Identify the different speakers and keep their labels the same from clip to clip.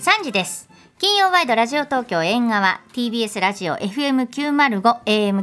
Speaker 1: 3時です金曜ワイドラジオ東京縁側 TBS ラジオ FM905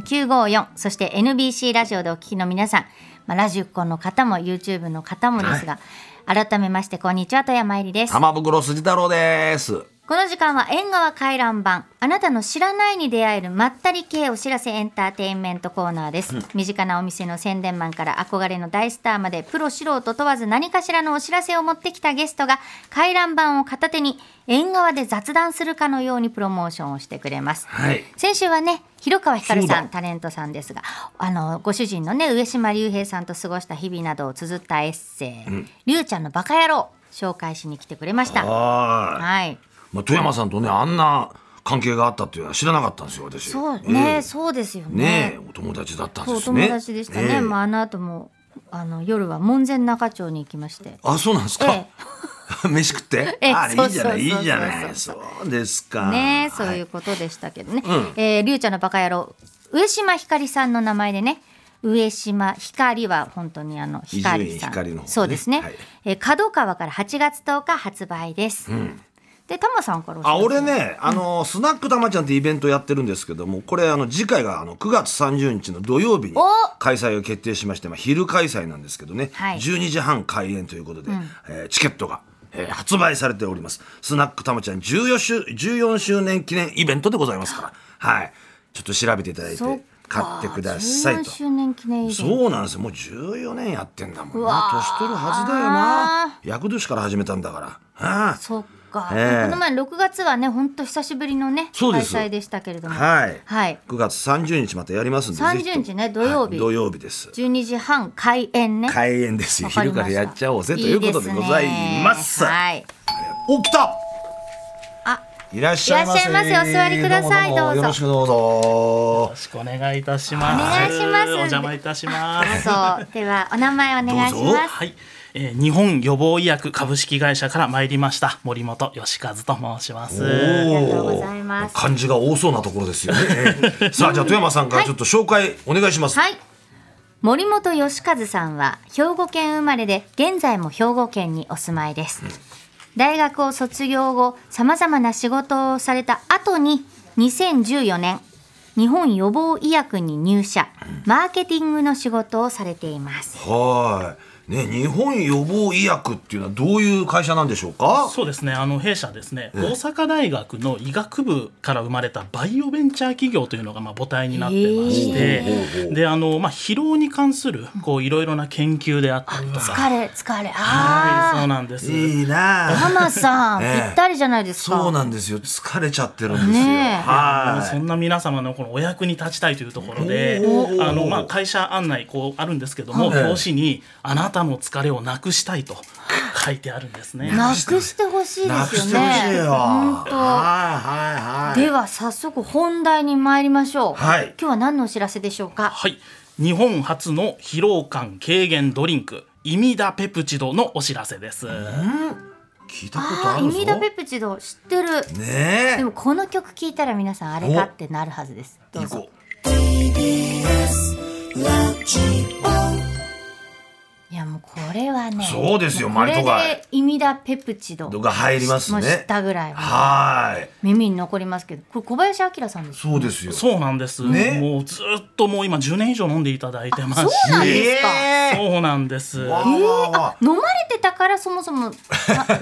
Speaker 1: AM954 そして NBC ラジオでお聞きの皆さん、まあ、ラジコの方も YouTube の方もですが、改めましてこんにちは富山えりです
Speaker 2: 玉袋筋太郎です。
Speaker 1: この時間は縁側回覧版あなたの知らないに出会えるまったり系お知らせエンターテインメントコーナーです、身近なお店の宣伝マンから憧れの大スターまでプロ素人問わず何かしらのお知らせを持ってきたゲストが回覧版を片手に縁側で雑談するかのようにプロモーションをしてくれます、
Speaker 2: はい。
Speaker 1: 先週はね広川ひかる
Speaker 2: そ
Speaker 1: さ
Speaker 2: うだ
Speaker 1: んタレントさんですがあのご主人のね上島竜兵さんと過ごした日々などを綴ったエッセイ「竜、ちゃんのバカ野郎」紹介しに来てくれました。
Speaker 2: は
Speaker 1: はい
Speaker 2: い。まあ、富山さんとね、あんな関係があったっていうのは知らなかったんですよ、私。
Speaker 1: そう
Speaker 2: ええ
Speaker 1: ね、そうですよ
Speaker 2: ね
Speaker 1: ね。
Speaker 2: え、お友達だったん
Speaker 1: そう
Speaker 2: で
Speaker 1: お
Speaker 2: すね。
Speaker 1: 友達でしたね。
Speaker 2: ええ
Speaker 1: まああの後もあの夜は門前仲町に行きまして。
Speaker 2: あ、そうなんですか。
Speaker 1: え
Speaker 2: 飯食って。
Speaker 1: ええ
Speaker 2: あ、いいじゃない、い
Speaker 1: そうそうそうそう
Speaker 2: いじゃない。そうですか。
Speaker 1: ねえ、そういうう。ことでしたけどね。
Speaker 2: ん
Speaker 1: えーりゅうちゃんのバカ野郎、上島ひかりさんの名前でね。上島ひかりは本当にあのひかりさん。
Speaker 2: 伊集院光の方ね
Speaker 1: そうですね。
Speaker 2: はい
Speaker 1: えー角川から8月10日発売です。で、タマさんからお知ら
Speaker 2: あ、
Speaker 1: せ
Speaker 2: 俺。ね、あの、スナックたまちゃんってイベントやってるんですけども、これ、あの、次回が、あの、9月30日の土曜日に
Speaker 1: お
Speaker 2: 開催を決定しまして、まあ、昼開催なんですけどね、
Speaker 1: はい
Speaker 2: 12時半開演ということで、えーチケットが、えー発売されております。スナックたまちゃん14周 ,14 周年記念イベントでございますから、はい。ちょっと調べていただいて
Speaker 1: そっ、
Speaker 2: 買
Speaker 1: か
Speaker 2: ってください
Speaker 1: 14
Speaker 2: と。
Speaker 1: 周年記念イベント。
Speaker 2: そうなんですよ。もう14年やってんだもん
Speaker 1: うわ
Speaker 2: な。
Speaker 1: ー
Speaker 2: 年取るはずだよな。役年から始めたんだから。うん
Speaker 1: そっか、
Speaker 2: ええ
Speaker 1: この前6月はね本当久しぶりのね
Speaker 2: そう
Speaker 1: 開
Speaker 2: です
Speaker 1: 催でしたけれども、
Speaker 2: はい。
Speaker 1: はい
Speaker 2: 9月30日またやりますんで、
Speaker 1: 30
Speaker 2: ぜひと
Speaker 1: 日ね土曜日
Speaker 2: はい土曜日です。
Speaker 1: 12時半開演ね。
Speaker 2: 開演ですよ。
Speaker 1: わかり
Speaker 2: 昼
Speaker 1: ました
Speaker 2: からやっちゃおうぜということでございます。
Speaker 1: いいですねはい。
Speaker 2: お、来た
Speaker 1: あ、
Speaker 2: いらっしゃいませ。
Speaker 1: いらっしゃいませお座りください
Speaker 2: どもども
Speaker 1: どうぞ
Speaker 2: よろしくどうぞ
Speaker 3: よろ。しくお願いいたします。
Speaker 1: お願いします
Speaker 3: お邪魔いたします。
Speaker 1: そう。ではお名前お願いし
Speaker 2: どうぞ
Speaker 1: ます。
Speaker 3: はい、えー日本予防医薬株式会社から参りました森本義和と申します。
Speaker 1: あ
Speaker 2: お
Speaker 1: りがとうございます。
Speaker 2: 漢字が多そうなところです よね。さあ、じゃあ富山さんからちょっと紹介お願いします。
Speaker 1: はい。森本義和さんは兵庫県生まれで現在も兵庫県にお住まいです。大学を卒業後、さまざまな仕事をされた後に、2014年、日本予防医薬に入社、マーケティングの仕事をされています。
Speaker 2: はい。ね、日本予防医薬っていうのはどういう会社なんでしょうか
Speaker 3: そうですね。あの弊社ですね、大阪大学の医学部から生まれたバイオベンチャー企業というのがまあ母体になってまして、
Speaker 2: ほうほうほうほう
Speaker 3: であのまあ疲労に関するこういろいろな研究であったりとか、
Speaker 1: 疲れ、疲れ。
Speaker 3: はい
Speaker 1: あ
Speaker 3: そう
Speaker 1: あ。
Speaker 3: なんです。
Speaker 2: いいなあ
Speaker 1: ママさん、ぴ
Speaker 2: ええ
Speaker 1: ったりじゃないですか。
Speaker 2: そうなんですよ疲れちゃってるんですよ、
Speaker 1: ねえ
Speaker 3: もう
Speaker 2: は
Speaker 3: そんな皆様のこのお役に立ちたいというところで
Speaker 2: おー
Speaker 3: あの、まあ、会社案内こうあるんですけども、
Speaker 2: はい
Speaker 3: 表紙に「あなたの疲れをなくしたい」と書いてあるんですね。
Speaker 1: なくしてほしい
Speaker 2: い
Speaker 1: で
Speaker 2: な
Speaker 1: す
Speaker 2: く
Speaker 1: よ
Speaker 2: してほしい
Speaker 1: ね。
Speaker 2: よ
Speaker 1: 本
Speaker 2: はい
Speaker 1: 当。
Speaker 2: はい
Speaker 1: では早速本題に参りましょう、
Speaker 2: はい
Speaker 1: 今日は何のお知らせでしょうか
Speaker 3: はい日本初の疲労感軽減ドリンクイミダペプチドのお知らせです。
Speaker 2: 聞いたこと
Speaker 1: あ
Speaker 2: あ
Speaker 1: ーイ
Speaker 2: るぞ
Speaker 1: ミダペプチド知ってるで
Speaker 2: ね
Speaker 1: もこの曲聴いたら皆さんあれかってなるはずです
Speaker 2: え
Speaker 1: どうぞいやもうこれはね
Speaker 2: そうですよ
Speaker 1: もこれ
Speaker 2: マリトガイ
Speaker 1: でイミダペプチド
Speaker 2: 度が入ります
Speaker 1: もう知
Speaker 2: ね
Speaker 1: ったぐらいは
Speaker 2: はい
Speaker 1: 耳に残りますけどこれ小林明さんです
Speaker 2: そうですよ
Speaker 3: そうなんです、
Speaker 2: ね
Speaker 3: もうずっともう今10年以上飲んでいただいてますし
Speaker 1: そうなんですか
Speaker 2: え
Speaker 3: そうなんです
Speaker 2: ー、わーわーわー
Speaker 1: 飲まれてたからそもそも た飲まれ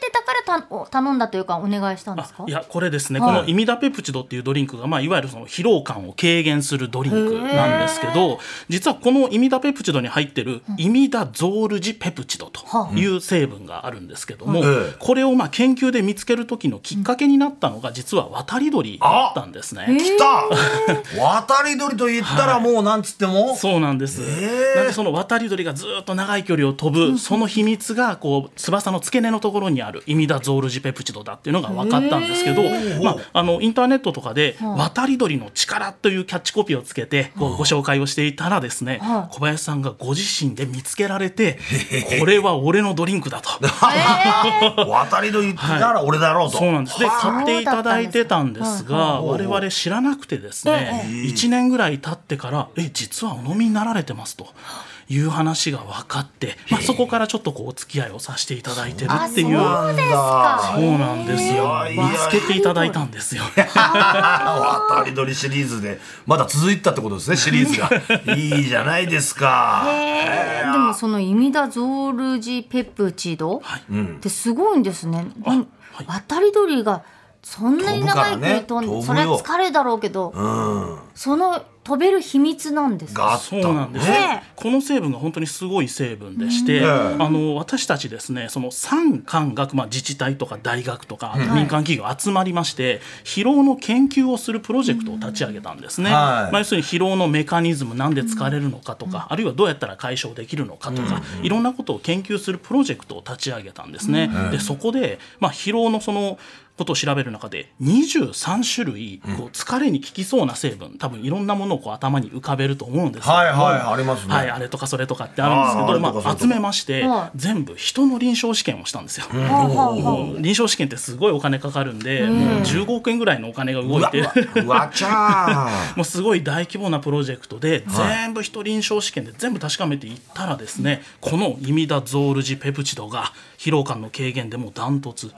Speaker 1: てたからたお頼んだというかお願いしたんですか
Speaker 3: いやこれですね、
Speaker 1: はい
Speaker 3: このイミダペプチドっていうドリンクが、まあ、いわゆるその疲労感を軽減するドリンクなんですけど実はこのイミダペプチドに入ってるイミダゾールジペプチドという成分があるんですけども、
Speaker 2: うん
Speaker 3: これをまあ研究で見つける時のきっかけになったのが実は渡り鳥だったんですね。
Speaker 2: 来た渡り鳥と言ったらもうなんつっても、
Speaker 3: そうなんです、
Speaker 2: え
Speaker 3: なんでその渡り鳥がずっと長い距離を飛ぶ、その秘密がこう翼の付け根のところにあるイミダゾールジペプチドだっていうのが分かったんですけど、まあ、あのインターネットとかで「渡り鳥の力」というキャッチコピーをつけてこうご紹介をしていたらですね、
Speaker 1: は
Speaker 3: 小林さんがご自身で見つけられて「これは俺のドリンクだ」と。
Speaker 2: 渡り鳥って言ったら俺だろうと、
Speaker 3: そうなんです。で、
Speaker 2: はあ
Speaker 3: 買っていただいてたんですが、
Speaker 2: そうだったん
Speaker 3: 我
Speaker 2: ですか
Speaker 3: 々知らなくてですね、1年ぐらい経ってから、え、実はお飲みになられてますと。いう話が分かって、まあ、そこからちょっとこうお付き合いをさせていただいてるっていう
Speaker 2: あそうなんだ
Speaker 1: か
Speaker 3: そうなんですよ
Speaker 2: へえ
Speaker 3: 見つけていただいたんですよ
Speaker 2: 渡り鳥シリーズでまだ続いてたってことですねシリーズ がいいじゃないですか
Speaker 1: へーでもそのイミダゾールジペプチドってすごいんですね、なん渡り鳥がそんなに長い距離飛んで、
Speaker 2: 飛ぶからね飛ぶよ
Speaker 1: それは疲れだろうけど、
Speaker 2: うん
Speaker 1: その飛べる秘密なんですか
Speaker 2: があった
Speaker 3: そ
Speaker 2: の
Speaker 3: うなんです、
Speaker 1: ね
Speaker 3: この成分が本当にすごい成分でして、
Speaker 2: うん
Speaker 3: あの私たちですねその産官学、まあ、自治体とか大学とか民間企業集まりまして、疲労の研究をするプロジェクトを立ち上げたんですね、
Speaker 2: うんはい
Speaker 3: まあ、要するに疲労のメカニズムなんで疲れるのかとか、あるいはどうやったら解消できるのかとか、いろんなことを研究するプロジェクトを立ち上げたんですね、でそこで、まあ、疲労のそのことを調べる中で23種類こう疲れに効きそうな成分多分いろんなものをこう頭に浮かべると思うんです
Speaker 2: はいはいありますね
Speaker 3: はい、あれとかそれとかってあるんです
Speaker 2: あ
Speaker 3: け
Speaker 2: ーあれ
Speaker 3: ど、
Speaker 2: とか
Speaker 3: ま
Speaker 2: それ
Speaker 3: あ、
Speaker 2: とか
Speaker 3: 集めまして
Speaker 1: は、
Speaker 3: 全部人の臨床試験をしたんですよ。
Speaker 1: ほうほうほう
Speaker 3: 臨床試験ってすごいお金かかるんで、もう15億円ぐらいのお金が動
Speaker 2: う
Speaker 3: い
Speaker 2: わ
Speaker 3: て、
Speaker 2: うわちゃ
Speaker 3: もうすごい大規模なプロジェクトで、全部人臨床試験で全部確かめていったらですね、このイミダゾールジペプチドが疲労感の軽減でもうダントツ。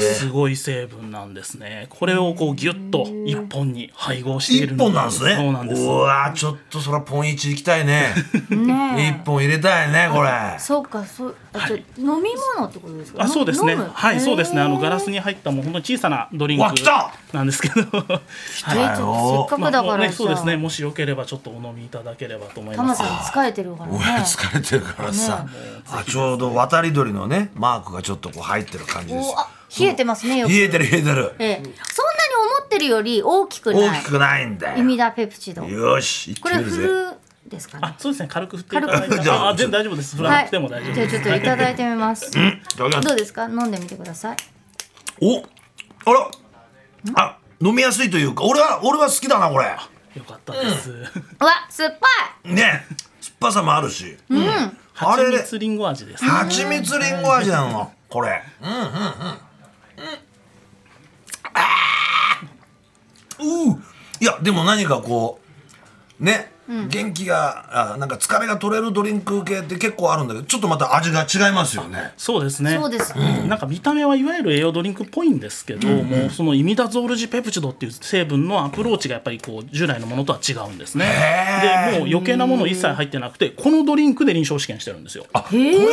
Speaker 3: すごい成分なんですね。これをこうギュッと一本に配合して
Speaker 2: 一
Speaker 3: いるの
Speaker 2: 本なんですね
Speaker 3: そうなんです。
Speaker 2: わちょっとそらポン一行きたいね
Speaker 1: ねえ
Speaker 2: 一本入れたいねこれ
Speaker 1: そうかそうあじゃあ飲み物ってことですか
Speaker 3: あそうですね。
Speaker 1: 飲む
Speaker 3: はい、そうですね。
Speaker 1: へー
Speaker 3: あのガラスに入ったもう本当に小さなドリンク
Speaker 2: うわ来た
Speaker 3: なんですけど。
Speaker 1: え
Speaker 3: はい。
Speaker 1: ーちょっとせっかくだ
Speaker 3: ま
Speaker 1: か
Speaker 3: あ
Speaker 1: ら
Speaker 3: ね、
Speaker 1: じ
Speaker 3: そう
Speaker 1: ゃ
Speaker 3: で
Speaker 1: あ
Speaker 3: すね。もしよければちょっとお飲みいただければと思い
Speaker 1: タ
Speaker 3: ま
Speaker 1: マ
Speaker 3: す
Speaker 1: さん。疲れてるからね
Speaker 2: 俺疲れてるからさ、あちょうど渡り鳥のねマークがちょっとこう入ってる感じです
Speaker 1: お
Speaker 2: よ
Speaker 1: あ冷えてますねよく
Speaker 2: 冷えてる冷えてる
Speaker 1: ええそんなに思ってるより大きく
Speaker 2: 大
Speaker 1: ない
Speaker 2: きくないんだ
Speaker 1: イ
Speaker 2: よ
Speaker 1: ミダペプチド
Speaker 2: よし行
Speaker 1: こ
Speaker 2: って
Speaker 1: れ
Speaker 2: みるぜ
Speaker 1: 振るですかね
Speaker 3: あ、そうですね。軽く振っていただい
Speaker 2: 軽くじ
Speaker 3: て。
Speaker 2: ゃあ
Speaker 3: あ、全然大丈夫です。振らなくても大丈夫
Speaker 1: じゃあち
Speaker 3: です。
Speaker 1: ょっといただいてみ ます
Speaker 2: いただきます
Speaker 1: どうですか飲んでみてください
Speaker 2: おあらあ飲みやすいというか俺は俺は好きだなこれ
Speaker 3: よかったです。
Speaker 1: うわ酸っぱ
Speaker 2: ね酸っぱさもあるし、うん、あれ
Speaker 3: 蜂
Speaker 2: れ
Speaker 3: 蜜リンゴ味です。
Speaker 2: 蜂蜜りんご味なのこれうんうんうんうんあーうーいやでも何かこうね、元気があなんか疲れが取れるドリンク系って結構あるんだけどちょっとまた味が違いますよね
Speaker 3: そうですね。
Speaker 1: そうです
Speaker 3: なんか見た目はいわゆる栄養ドリンクっぽいんですけど、もうそのイミダゾールジペプチドっていう成分のアプローチがやっぱりこう従来のものとは違うんですね。
Speaker 2: へー
Speaker 3: でもう余計なもの一切入ってなくて、このドリンクで臨床試験してるんですよ。
Speaker 2: あこれね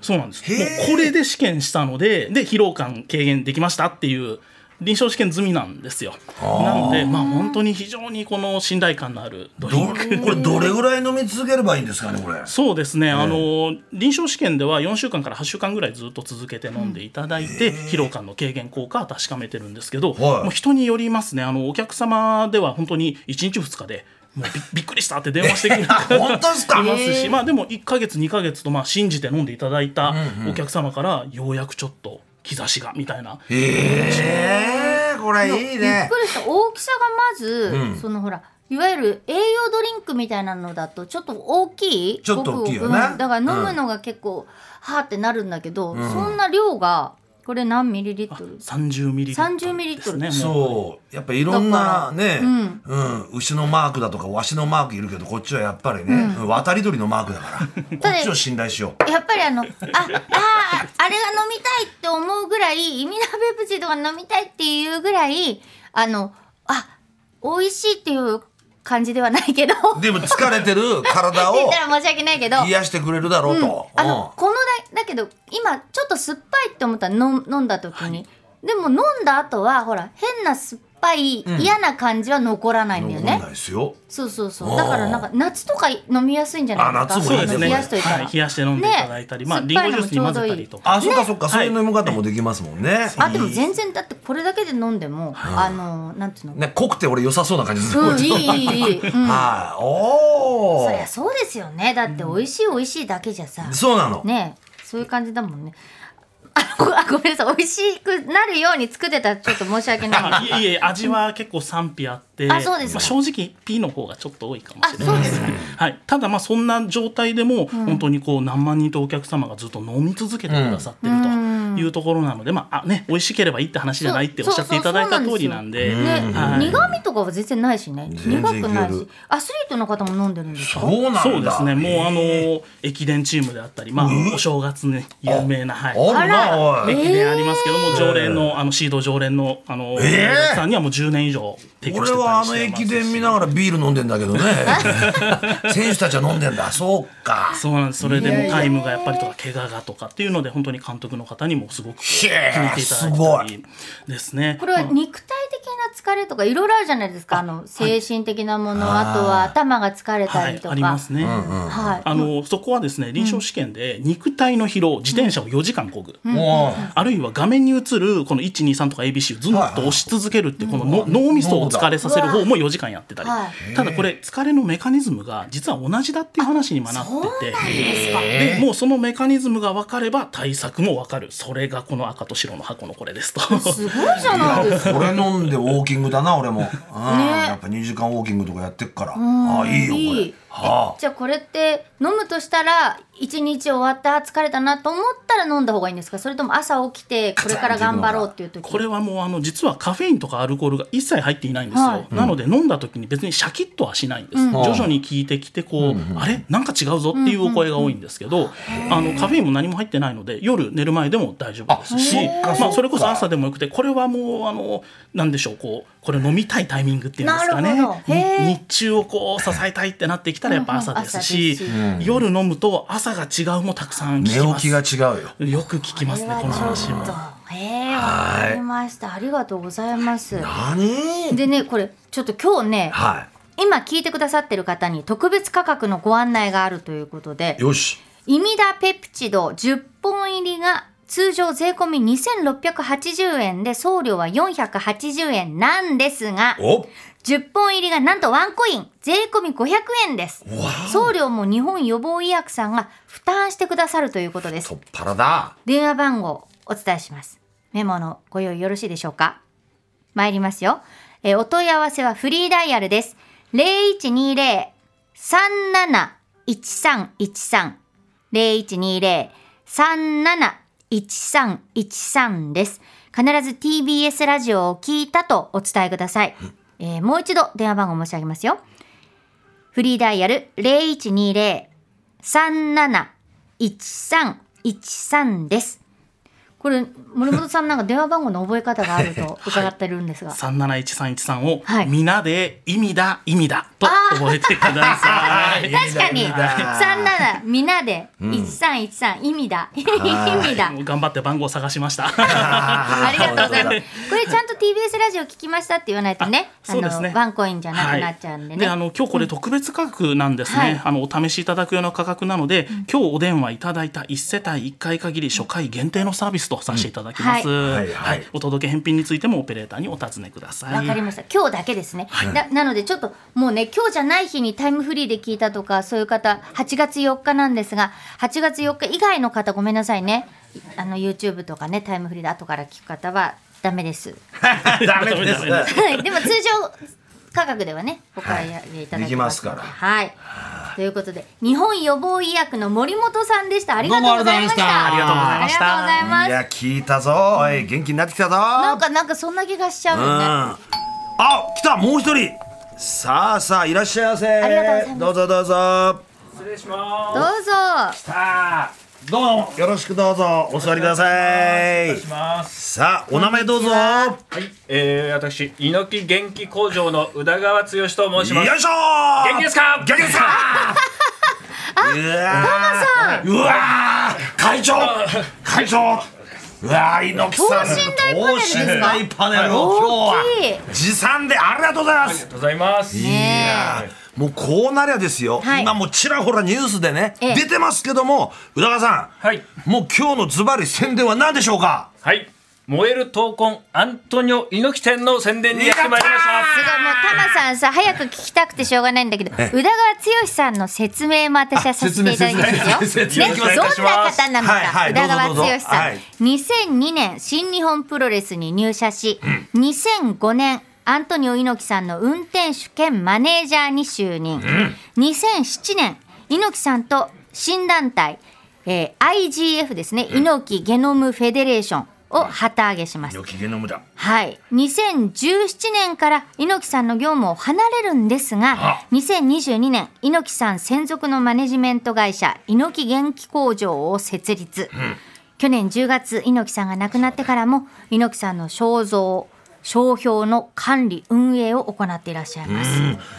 Speaker 3: そうなんです。も
Speaker 2: へー
Speaker 3: うこれで試験したので、で疲労感軽減できましたっていう。臨床試験済みなんですよ。なので、まあ、本当に非常にこの信頼感のあるドリンク。
Speaker 2: どこれどれぐらい飲み続ければいいんですかねこれ
Speaker 3: そうですね、あの臨床試験では4週間から8週間ぐらいずっと続けて飲んでいただいて、疲労感の軽減効果は確かめてるんですけど、
Speaker 2: はい
Speaker 3: もう人によりますねあのお客様では本当に1日2日でもうび びっくりしたって電話してくる
Speaker 2: 本当ですか
Speaker 3: いますし、まあ、でも1か月2か月とまあ信じて飲んでいただいたお客様からようやくちょっと兆しがみたいな
Speaker 2: えー、これ
Speaker 1: い
Speaker 2: いい
Speaker 1: びっ
Speaker 2: ね
Speaker 1: くりした大きさがまず、そのほらいわゆる栄養ドリンクみたいなのだとちょっと大きい
Speaker 2: ちょっと大きいよね
Speaker 1: ごくうんだから飲むのが結構、はーってなるんだけど、そんな量がこれ何ミリリットル
Speaker 3: 30ミリリット
Speaker 1: 30
Speaker 3: ル
Speaker 1: ミリリッ
Speaker 3: で
Speaker 1: ト
Speaker 3: す
Speaker 1: ル
Speaker 3: ね。もう
Speaker 2: そうやっぱいろんなね、うん牛のマークだとかわしのマークいるけどこっちはやっぱりね、うん渡り鳥のマークだからこっちを信頼しよう
Speaker 1: やっぱりあの、あ、あー、あれが飲みたいって思うぐらい、イミダペプチドが飲みたいっていうぐらい、あの、あ、美味しいっていう感じではないけど、言
Speaker 2: でも疲れてる 体を
Speaker 1: ったら申し訳ないけど、
Speaker 2: 癒してくれるだろうと、
Speaker 1: あの、このだ、だけど、今、ちょっと酸っぱいって思ったら飲飲んだ時に、でも飲んだ後は、ほら、変な酸っぱい、嫌な感じは残らないんだよ
Speaker 2: 残ん
Speaker 1: ね
Speaker 2: な。いですよ
Speaker 1: そうそうそ
Speaker 2: お
Speaker 1: う。
Speaker 2: ー
Speaker 1: だから、なんか、夏とか飲みやすいんじゃないですか。
Speaker 2: あ夏
Speaker 3: そう
Speaker 2: もい
Speaker 3: で
Speaker 2: い
Speaker 3: す
Speaker 2: ね
Speaker 1: 冷やしといたら。
Speaker 3: はい、冷やして飲んでいただいたり、
Speaker 1: ね
Speaker 3: まあ、リンゴジュースに混ぜ
Speaker 1: 酸っぱいのもちょうど
Speaker 3: た
Speaker 1: いい
Speaker 3: りとか。
Speaker 2: あそっかそっか、
Speaker 3: はい
Speaker 2: そういう飲み方もできますもんね
Speaker 1: あでも全然だってこれだけで飲んでも、あのなんていうの、
Speaker 2: ね濃くて俺良さそうな感じですね、
Speaker 1: う
Speaker 2: こ
Speaker 1: ん
Speaker 2: れ
Speaker 1: いいいいいい、うん、そ
Speaker 2: はいおお
Speaker 1: りゃそうですよねだって美味しい美味しいだけじゃさ
Speaker 2: そうなの、
Speaker 1: ねえそういう感じだもんねあごあごめんなさい美味しくなるように作ってたらちょっと申し訳ない
Speaker 3: あ いえいえ味は結構賛否あって
Speaker 1: あそうですか
Speaker 3: まあ、正直 P の方がちょっと多いかもし
Speaker 1: あ
Speaker 3: れ
Speaker 1: そ
Speaker 3: な
Speaker 1: う
Speaker 3: い
Speaker 1: です
Speaker 3: はい、ただまあそんな状態でも本当にこう何万人とお客様がずっと飲み続けてくださってるというところなので、まああね、美味しければいいって話じゃないっておっしゃっていただいた通りなんで
Speaker 1: そうそうそうなんですよ
Speaker 3: はい
Speaker 1: ね、苦味とかは全然ないしね
Speaker 2: 全然いける
Speaker 1: 苦くないしアスリートの方も飲んでるんですか
Speaker 2: そうなんだ
Speaker 3: そうですねもうあ
Speaker 2: へ
Speaker 3: の駅伝チームであったり、まあ、お正月ね有名な、はい、
Speaker 2: ーあるな
Speaker 1: あら
Speaker 2: おい
Speaker 1: え
Speaker 3: 駅伝ありますけども、常連のあのシード常連のあの、
Speaker 2: えー
Speaker 3: さんにはもう10年以上提供
Speaker 2: 俺
Speaker 3: して
Speaker 2: は
Speaker 3: た
Speaker 2: あ
Speaker 3: りして
Speaker 2: の
Speaker 3: ます
Speaker 2: 駅伝見ながらビール飲んでんだけど ね選手たちは飲んでんだそうか
Speaker 3: そうなんですそれでもうタイムがやっぱりとか怪我がとかっていうので本当に監督の方にもすご
Speaker 2: へ
Speaker 3: く決め
Speaker 2: え
Speaker 3: ていた
Speaker 2: す
Speaker 3: だい
Speaker 2: ご
Speaker 3: た
Speaker 2: い
Speaker 3: りですね。
Speaker 1: これは
Speaker 3: まあ
Speaker 1: 肉体的な疲れとかいろいろあるじゃないですかあの精神的なもの、あとは頭が疲れた
Speaker 3: は
Speaker 1: り
Speaker 3: い、
Speaker 1: とか、
Speaker 3: ありますね。
Speaker 1: はい
Speaker 3: あのそこはですね臨床試験で肉体の疲労自転車を4時間こぐ、
Speaker 2: も
Speaker 3: あるいは画面に映るこの123とか ABC をずっと押し続けるっていうこのの脳みそを疲れさせる方も4時間やってたり
Speaker 1: は
Speaker 3: ただこれ疲れのメカニズムが実は同じだっていう話にもなってて
Speaker 1: ですか
Speaker 3: でもうそのメカニズムが分かれば対策も分かるそれがこの赤と白の箱のこれですと。
Speaker 1: すごいじゃないですか
Speaker 2: う俺飲んでウォーキングだな俺も、うん
Speaker 1: ね
Speaker 2: やっぱ2時間ウォーキングとかやってっから
Speaker 1: ん
Speaker 2: あいいよこ
Speaker 1: い
Speaker 2: れ
Speaker 1: い
Speaker 2: は
Speaker 1: じゃあこれって飲むとしたら一日終わった疲れたなと思ったら飲んだ方がいいんですかそれとも朝起きてこれから頑張ろうっていう時
Speaker 3: これはもうあの実はカフェインとかアルコールが一切入っていないんですよ、
Speaker 1: はい
Speaker 3: なので飲んだ時に別にシャキッとはしないんです、徐々に効いてきてこう、あれなんか違うぞっていうお声が多いんですけど、あのカフェインも何も入ってないので夜寝る前でも大丈夫ですし
Speaker 2: あそっかそっ
Speaker 3: ま
Speaker 2: か
Speaker 3: あ、それこそ朝でもよくてこれはもうあのなんでしょうこうこれ飲みたいタイミングっていうんですか
Speaker 1: なるほ
Speaker 3: ね
Speaker 1: どへー
Speaker 3: に日中をこう支えたいってなってきたらやっぱ朝ですし,、
Speaker 1: うん
Speaker 3: 夜飲むと朝が違うもたくさん聞き
Speaker 2: 寝
Speaker 3: ます
Speaker 2: 起きが違うよ
Speaker 3: よく聞きますねこの話も。
Speaker 1: ええわかりましたありがとうございます
Speaker 2: 何
Speaker 1: でねこれちょっと今日ね
Speaker 2: は
Speaker 1: 今聞いてくださってる方に特別価格のご案内があるということで
Speaker 2: いよし
Speaker 1: イミダペプチド10本入りが通常税込み2680円で送料は480円なんですが
Speaker 2: お
Speaker 1: 10本入りがなんとワンコイン税込み500円です送料も日本予防医薬さんが負担してくださるということです
Speaker 2: とっぱらだ
Speaker 1: 電話番号お伝えしますメモのご用意よろしいでしょうか参りますよえーお問い合わせはフリーダイヤルです0120-371313 0120-371313です必ず TBS ラジオを聞いたとお伝えください、えーもう一度電話番号申し上げますよフリーダイヤル0120-371313です。これ森本さんなんか電話番号の覚え方があると伺ってるんですが、
Speaker 3: 三七一三一三を
Speaker 1: はい
Speaker 3: 皆で意味だ意味だと覚えてください。
Speaker 1: 確かに
Speaker 2: 意味だ
Speaker 1: 三七みんなで一三一三意味だ 意味だ。
Speaker 3: もう頑張って番号探しました。
Speaker 1: あ
Speaker 2: あ
Speaker 1: りがとうございます。これちゃんと TBS ラジオ聞きましたって言わないとね、あ
Speaker 3: そうです
Speaker 1: の
Speaker 3: ね
Speaker 1: ワンコインじゃなくなっちゃうんでね。
Speaker 3: あの今日これ特別価格なんですね、
Speaker 1: はい
Speaker 3: あのお試しいただくような価格なので、今日お電話いただいた1世帯1回限り初回限定のサービスとさせていただきます、
Speaker 2: んは
Speaker 3: はいい
Speaker 2: はい
Speaker 3: お届け返品についてもオペレーターにお尋ねください
Speaker 1: わかりました今日だけですね、ななのでちょっともうね今日じゃない日にタイムフリーで聞いたとかそういう方8月4日なんですが8月4日以外の方ごめんなさいねあの YouTube とかねタイムフリーで後から聞く方はダメです、
Speaker 2: ダメです
Speaker 1: はい、でも通常価格ではねお買い上げいただけますので
Speaker 2: できます
Speaker 1: はいということで日本予防医薬の森本さんでしたありがとうございまし
Speaker 2: どうも
Speaker 1: た
Speaker 2: ありがとうござい
Speaker 3: ました
Speaker 1: ありがとうございます
Speaker 2: いや聞いたぞおい元気になってきたぞ
Speaker 1: なんかなんかそんな気がしちゃう
Speaker 2: うん
Speaker 1: よね
Speaker 2: あ来たもう一人さあさあいらっしゃいませ
Speaker 1: りがとうございます
Speaker 2: どうぞどうぞ
Speaker 1: どうぞ
Speaker 4: あ
Speaker 2: どうもよろしくどうぞお座りください
Speaker 4: ー、します。
Speaker 2: さあお名前どうぞ
Speaker 1: こんにちは
Speaker 4: はい、えー、私猪木元気工場の宇田川剛と申します。
Speaker 2: よいしょ
Speaker 4: 元気ですか？
Speaker 2: 元気ですかうわーうわー会長会長うわー猪木さん
Speaker 1: 等身大
Speaker 2: 等身大パネルを
Speaker 1: 大
Speaker 2: 今
Speaker 1: き
Speaker 2: 日
Speaker 1: い
Speaker 2: は持参でありがとうございま
Speaker 4: あり
Speaker 2: す
Speaker 4: がとうございます。
Speaker 1: ねえ
Speaker 2: もうこうなりゃですよ、
Speaker 1: はい
Speaker 2: 今もうちらほらニュースでね、
Speaker 1: ええ
Speaker 2: 出てますけども宇田川さん、
Speaker 4: はい
Speaker 2: もう今日のズバリ宣伝は何でしょうか
Speaker 4: はい、燃える闘魂アントニオ猪木店の宣伝にやってまいり
Speaker 1: すごい
Speaker 4: まし
Speaker 1: もうタマさんさ早く聞きたくてしょうがないんだけど宇田川剛さんの説明も私はさせていただき
Speaker 2: あ
Speaker 1: ま
Speaker 2: 説明
Speaker 1: す
Speaker 2: 説
Speaker 1: よ。
Speaker 2: 明
Speaker 1: ね、
Speaker 2: 説
Speaker 1: どん
Speaker 2: 明お願
Speaker 1: ない
Speaker 2: します
Speaker 1: 方なのか、
Speaker 2: はいはい
Speaker 1: 宇田川
Speaker 2: どう
Speaker 1: 剛
Speaker 2: ぞどうぞ
Speaker 1: さん、
Speaker 2: はい
Speaker 1: 2002年新日本プロレスに入社し、2005年アントニオ猪木さんの運転手兼マネージャーに就任、2007年猪木さんと新団体えー IGF ですね、猪木ゲノムフェデレーションを旗揚げしました
Speaker 2: よ。きげの無駄。
Speaker 1: はい、2017年から猪木さんの業務を離れるんですが
Speaker 2: あ
Speaker 1: 2022年猪木さん専属のマネジメント会社猪木元気工場を設立、去年10月猪木さんが亡くなってからも猪木さんの肖像商標の管理運営を行っていらっしゃいます、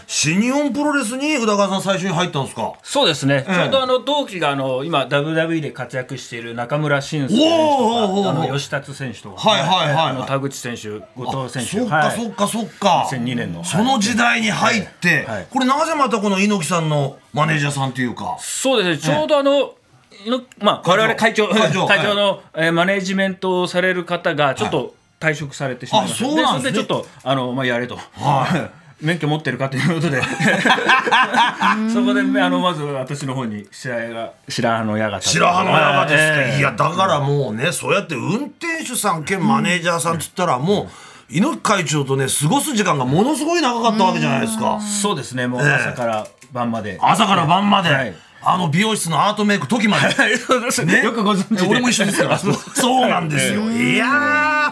Speaker 2: 新日本プロレスに宇田川さん最初に入ったんですか。
Speaker 4: そうですね、ちょうどあの同期があの今 WWE で活躍している中村俊輔選
Speaker 2: お
Speaker 4: 手
Speaker 2: ーおーお
Speaker 4: とか
Speaker 2: ー
Speaker 4: あの吉達選手とか、
Speaker 2: はいはいはいはい
Speaker 4: あの田口選手後藤選
Speaker 2: そ
Speaker 4: 手
Speaker 2: っかそっかそっか。
Speaker 4: 2002年の
Speaker 2: その時代に入って
Speaker 4: はいはい、
Speaker 2: これなぜまたこの猪木さんのマネージャーさんというか。
Speaker 4: そうですね、ちょうどあの、のまあ、
Speaker 2: 会長
Speaker 4: 我々会長、
Speaker 2: 会
Speaker 4: 会
Speaker 2: 長
Speaker 4: 長の、えーマネージメントをされる方が、ちょっと退職されてしまいました。
Speaker 2: あそうなんですね
Speaker 4: それでちょっと、あの、まあ、やれと。
Speaker 2: は
Speaker 4: 免許持ってるかということ でそこであのまず私の方に白羽が白羽の矢が立った
Speaker 2: 白羽の矢がです
Speaker 4: はい
Speaker 2: ね、いやだからもうねそうやって運転手さん兼マネージャーさんっつったらもう猪木会長とね過ごす時間がものすごい長かったわけじゃないですか
Speaker 4: そうですねもう朝から晩まで、
Speaker 2: 朝から晩まで、
Speaker 4: はい
Speaker 2: あの美容室のアートメイク時までね
Speaker 4: よくご存知で
Speaker 2: え俺も一緒です からそうそうなんですよいや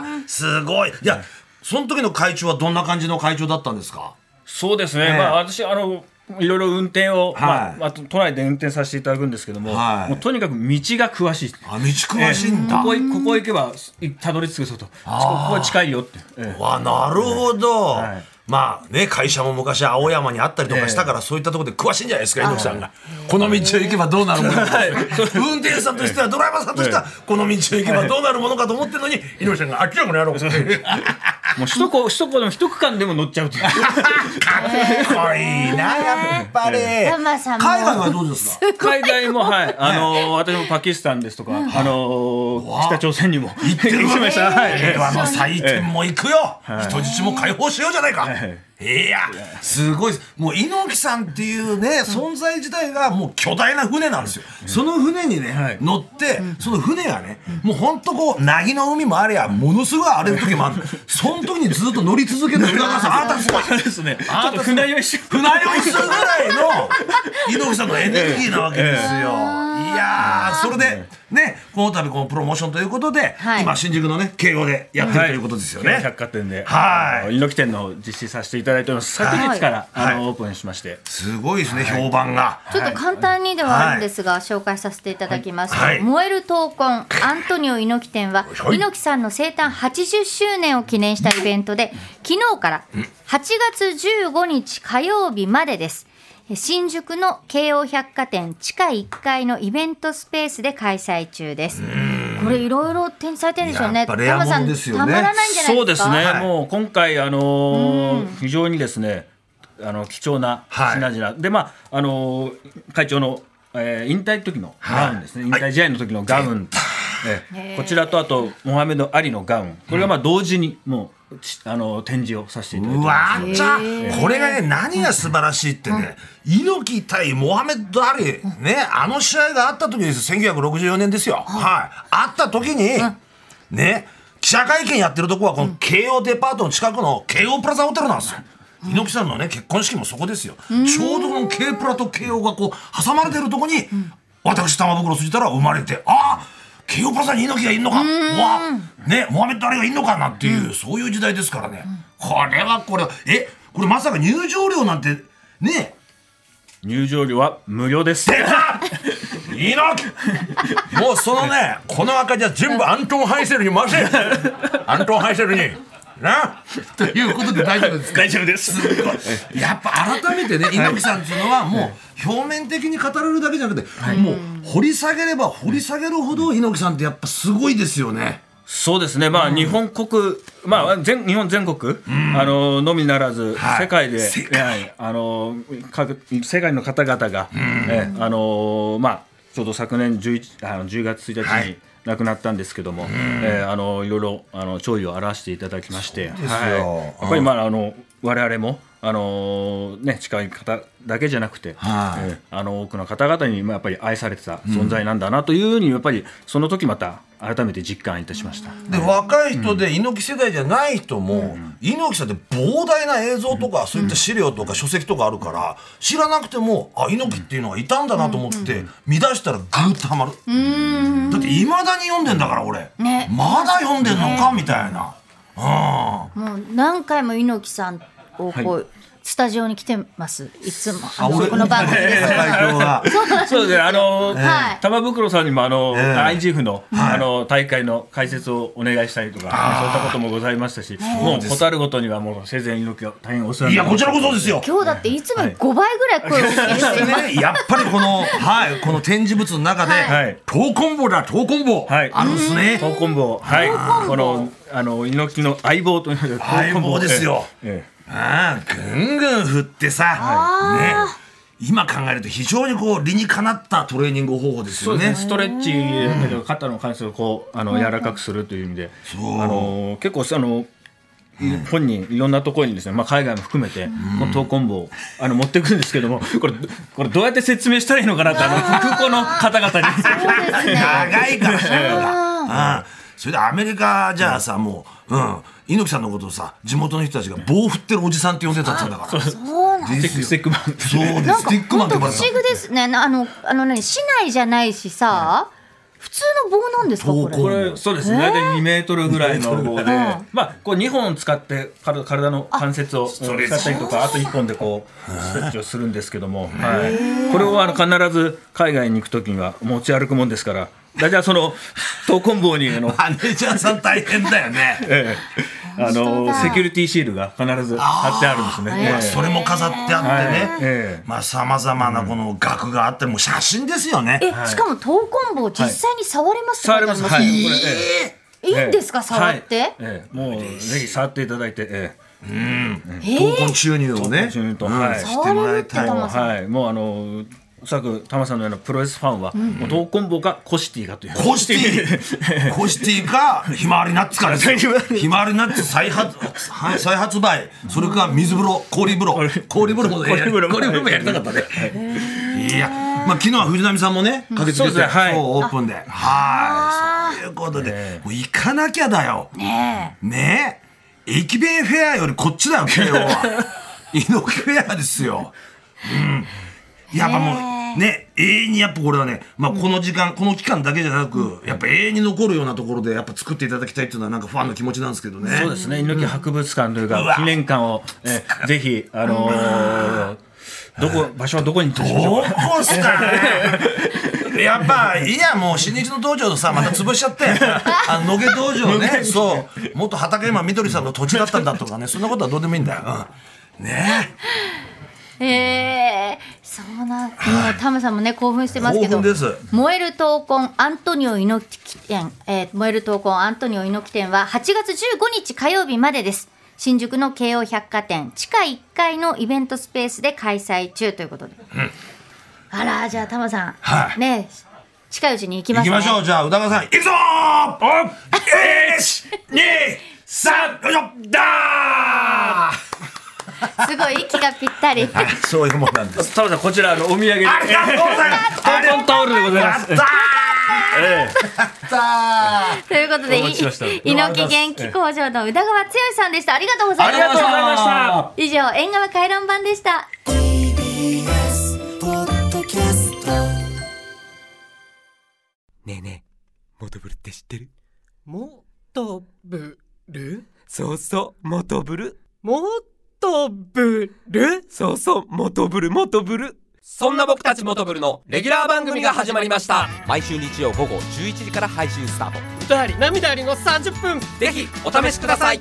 Speaker 2: ーすごいいやその時の会長はどんな感じの会長だったんですか
Speaker 4: そうですね、
Speaker 2: ええ
Speaker 4: まあ、私あのいろいろ運転を、
Speaker 2: はい
Speaker 4: まあ、あと都内で運転させていただくんですけども,、
Speaker 2: はい
Speaker 4: もうとにかく道が詳しい
Speaker 2: あ道詳しいんだ、
Speaker 4: ここいここ行けばいたどり着くぞとここ近いよって、ええ
Speaker 2: わなるほど、
Speaker 4: はい
Speaker 2: まあね会社も昔青山にあったりとかしたから、そういったところで詳しいんじゃないですか猪木さんがこの道を行けばどうなるものか、運転手さんとしてはドライバーさんとしてはこの道を行けばどうなるものかと思ってるのに猪木さんが明らかにやろうかっ
Speaker 4: もう首都高首都高でも一区間でも乗っち ゃうという
Speaker 2: こいいなやっぱり
Speaker 1: タマさんも
Speaker 2: 海外はどうですか
Speaker 4: 海外もはいあのー私もパキスタンですとか、あのー北朝鮮にも行って
Speaker 2: わ
Speaker 4: きましたはい、
Speaker 2: 平和の祭典も行くよ、人質も解放しようじゃないか、いやすごいですもう猪木さんっていうね存在自体がもう巨大な船なんですよ、その船にね、
Speaker 4: はい
Speaker 2: 乗ってその船がね、もうほんとこう凪の海もあれやものすごい荒れる時もあるその時にずっと乗り続ける宇田 川さんあなたすごい
Speaker 4: そうですねちょっと船酔いし
Speaker 2: 船酔いするぐらいの猪木さんのエネルギーなわけですよ。いやーそれでねこの度このプロモーションということで、
Speaker 1: はい
Speaker 2: 今新宿のね慶応でやってる
Speaker 4: はい
Speaker 2: ということですよね。
Speaker 4: 百貨店で、
Speaker 2: はい
Speaker 4: あの猪木店の方実施させていただいております。昨日から、
Speaker 2: はい
Speaker 4: あ
Speaker 2: は
Speaker 4: のオープンしまして、
Speaker 2: すごいですね、評判が。
Speaker 1: ちょっと簡単にではあるんですが、紹介させていただきます、
Speaker 2: はい
Speaker 1: 燃える闘魂アントニオ猪木展は
Speaker 2: はい
Speaker 1: 猪木さんの生誕80周年を記念したイベントで昨日から8月15日火曜日までです新宿の京王百貨店地下1階のイベントスペースで開催中ですこれいろいろ展示されてるんでしょう
Speaker 2: や
Speaker 1: ね
Speaker 2: っぱレア
Speaker 1: タマさん
Speaker 2: もんですよね
Speaker 1: たまらないんじゃないですか
Speaker 4: そうですね、
Speaker 2: はい
Speaker 4: もう今回、あのー非常にですねあの貴重な
Speaker 2: はい
Speaker 4: 品々、でまああのー会長の、えー引退の時のガウンですね、
Speaker 2: はい
Speaker 4: 引退試合の時のガウン、ええこちらとあとモハメド・アリのガウンこれがまあ同時にもうちあのー展示をさせていただいて
Speaker 2: う
Speaker 4: ます
Speaker 2: わーちゃこれがね何が素晴らしいってね、猪木対モハメド・アリねあの試合があった時です1964年ですよ、はいあった時に、ね記者会見やってるとこはこの慶応デパートの近くの慶応プラザホテルなんですよ猪木さんのね結婚式もそこですよちょうどこの K プラと慶応がこう挟まれてるとこに、私玉袋筋たら生まれてああ慶応プラザに猪木がいんのかうわねモハメッド・アリがいんのかなっていう、そういう時代ですからね、これはこれはえこれまさか入場料なんてね
Speaker 4: 入場料は無料です。
Speaker 2: 出た猪木もうそのねこの赤字は全部アントン・ハイセルに回せアントン・ハイセルになということで大丈夫ですか
Speaker 4: 大丈夫です。
Speaker 2: やっぱ改めてね猪木さんっていうのはもう表面的に語られるだけじゃなくて、もう掘り下げれば掘り下げるほど猪木さんってやっぱすごいですよね。
Speaker 4: そうですね、まあ、日本国、まあ、全日本全国、あののみならず、
Speaker 2: はい
Speaker 4: 世界で
Speaker 2: 世界
Speaker 4: はいあの各世界の方々が、えあのまあ、ちょうど昨年 11, あの10月1日に、
Speaker 2: はい
Speaker 4: 亡くなったんですけども、えあのいろいろあの弔意を表していただきまして、
Speaker 2: すよ
Speaker 4: はいやっぱりまああの我々もああのーね、近い方だけじゃなくて、
Speaker 2: はい
Speaker 4: えーあの多くの方々にまあやっぱり愛されてた存在なんだなというふうにやっぱりその時また改めて実感いたしました。
Speaker 2: で若い人で猪木世代じゃない人も、猪木さんって膨大な映像とか、そういった資料とか書籍とかあるから知らなくてもあ猪木っていうのがいたんだなと思って、見出したらグッとはまる、だっていまだに読んでんだから俺、
Speaker 1: ね
Speaker 2: まだ読んでんのか、みたいな。うん
Speaker 1: もう何回も猪木さんをこう、スタジオに来てますいつもあの
Speaker 2: 俺
Speaker 1: この番組です
Speaker 2: 高井君は
Speaker 4: そうですね、あの、
Speaker 1: はい
Speaker 4: 玉袋さんにも、あの、
Speaker 2: え
Speaker 4: IGF の、あの、大会の解説をお願いしたりとか、そういったこともございましたし、もう、蛍るごとにはもう、生前猪木が大変お世話
Speaker 2: い
Speaker 4: にな
Speaker 2: や
Speaker 4: り
Speaker 2: こ
Speaker 4: ま
Speaker 2: ち
Speaker 4: した
Speaker 2: らこそです よ
Speaker 1: 今日だっていつもより5倍ぐらい声を大きいしてる
Speaker 2: ね、やっぱりこの、はい、この展示物の中で、
Speaker 4: はい
Speaker 2: 闘魂棒だ闘魂棒、
Speaker 4: はい
Speaker 2: あるんですね。
Speaker 4: 闘魂棒。はい。この、あの、猪木の相棒というのが
Speaker 2: 相棒ですよ。
Speaker 4: ええ
Speaker 2: ああぐんぐん振ってさ、ね、今考えると非常にこう理にかなったトレーニング方法です
Speaker 4: そ
Speaker 2: よ
Speaker 4: うです
Speaker 2: ね
Speaker 4: ね。ストレッチだけど肩の関節をこうあの柔らかくするという意味で、
Speaker 2: そう
Speaker 4: あの結構あの本人いろんなところにですね、まあ海外も含めて、この闘魂棒をあの持ってくるんですけども、これこれどうやって説明したらいいのかなってあの空港の方々に。
Speaker 1: そうですね
Speaker 2: 長いからだ。うんそれでアメリカじゃあさもう、うん、猪木さんのことをさ地元の人たちが棒振ってるおじさんって呼んでたって言うんだから。
Speaker 1: そうなん
Speaker 2: ですよ
Speaker 4: ステックマン。
Speaker 2: そうで
Speaker 1: なん
Speaker 2: す。ス
Speaker 1: か
Speaker 2: ティックマン
Speaker 1: 本
Speaker 2: って
Speaker 1: 当
Speaker 2: 呼
Speaker 1: 不思
Speaker 2: ばれて
Speaker 1: 議
Speaker 2: た。
Speaker 1: ですねなあのあの何市内じゃないしさ、普通の棒なんですかこれ
Speaker 2: 闘
Speaker 4: こ
Speaker 2: 魂
Speaker 4: れそうですね、大体2メートルぐらいの棒で、まあこう2本使って体体の関節を使
Speaker 2: レッチ、
Speaker 4: ったりとかあと1本でこうストレッチをするんですけども、はい、これをあの必ず海外に行く時には持ち歩くもんですから大体その闘魂棒にあの
Speaker 2: マネージャーさん大変だよね。
Speaker 4: ええ
Speaker 1: 本
Speaker 4: あ
Speaker 1: 当
Speaker 4: の
Speaker 1: だ
Speaker 4: セキュリティシールが必ず貼ってあるんですね。
Speaker 2: まあ、
Speaker 4: ええ
Speaker 2: それも飾ってあってね、
Speaker 4: ええ
Speaker 2: まあさまざまなこの額があってもう写真ですよね。
Speaker 1: え、しかも闘魂棒実際に触れますって書い
Speaker 4: 触れ
Speaker 1: てあ
Speaker 4: ま
Speaker 1: り
Speaker 4: す、
Speaker 1: ます
Speaker 4: はい、これええ
Speaker 1: いいんですか、
Speaker 4: ええ
Speaker 1: 触って、
Speaker 4: はいええもうぜひ触っていただいて、え
Speaker 2: 闘魂注入を
Speaker 4: え
Speaker 2: ね、
Speaker 4: 一緒に言うと
Speaker 2: うん
Speaker 4: はい
Speaker 2: してもらいたい。
Speaker 1: 触れるって
Speaker 4: はい、もうあのおそらくタマさんのようなプロレスファンは、もう闘魂棒かコシティかという。
Speaker 2: コシテ ィ、コシティかひまわりナッツかですよ。ひまわりナッツ再発はい再発売、それか水風呂、氷風呂、氷風呂もやり
Speaker 4: 氷風呂も
Speaker 2: 氷風呂もやりたかったね。いや、まあ昨日は藤波さんもね駆けつ
Speaker 4: そう
Speaker 2: け
Speaker 4: で
Speaker 2: て、
Speaker 4: すねはい
Speaker 2: そうオープンで、はい、そういうことで、もう行かなきゃだよ。
Speaker 1: ね
Speaker 2: ねえ駅弁フェアよりこっちだよ慶応 は猪木フェアですよ、うん、やっぱもうね永遠にやっぱこれはね、まあ、この時間、この期間だけじゃなくやっぱ永遠に残るようなところでやっぱ作っていただきたいっていうのはなんかファンの気持ちなんですけどね
Speaker 4: そうですね、猪木博物館という
Speaker 2: うわ
Speaker 4: か、記念館を、ええぜひ、あのーどこ、場所はどこに閉じましょ
Speaker 2: ど
Speaker 4: うか。
Speaker 2: こっす かねやっぱいいやもう新日の道場のさまた潰しち ゃってあの野毛道場ねそう元畠山みどりさんの土地だったんだとかねそんなことはどうでもいいんだよ、うん、ねえ
Speaker 1: ええーそうなんもうタムさんもね興奮してますけど
Speaker 2: 興奮です
Speaker 1: 燃える闘魂アントニオ猪木店、えー燃える闘魂アントニオ猪木店は8月15日火曜日までです新宿の京王百貨店地下1階のイベントスペースで開催中ということで、あらじゃあタムさん、
Speaker 2: はい
Speaker 1: ね近いうちに行き
Speaker 2: 行
Speaker 1: ます
Speaker 2: き
Speaker 1: ね
Speaker 2: ましょう、じゃあ、宇多川さん、行くぞー一、二、三、よいしょだ
Speaker 1: すごい息がぴったり
Speaker 2: ー そういうもんなんです。
Speaker 4: タマさん、こちら、あの、お土産に。
Speaker 2: ありがとうございますあり
Speaker 4: 闘
Speaker 2: がとう
Speaker 4: 魂タオルでござい
Speaker 2: や
Speaker 4: ま
Speaker 2: っ
Speaker 4: す。
Speaker 2: たー
Speaker 4: ええ
Speaker 2: やっ
Speaker 1: ということで
Speaker 4: お
Speaker 1: い
Speaker 4: 待ちしてました
Speaker 1: 猪木元気工場の宇田川剛さんでしたありがとうござい
Speaker 4: あ
Speaker 1: ま
Speaker 4: り
Speaker 1: した
Speaker 4: がとうございました。
Speaker 1: 以上縁側回覧版でした
Speaker 5: TBS ポッドキャスト
Speaker 6: ねえねえモトブルって知ってる
Speaker 7: もっとぶる
Speaker 6: そうそうモトブル
Speaker 7: もっとぶる
Speaker 6: そうそうモトブルモトブル
Speaker 8: そんな僕たちモトブルのレギュラー番組が始まりました
Speaker 6: 毎週日曜午後11時から配信スタート
Speaker 7: 歌あり涙ありの30分
Speaker 8: ぜひお試しください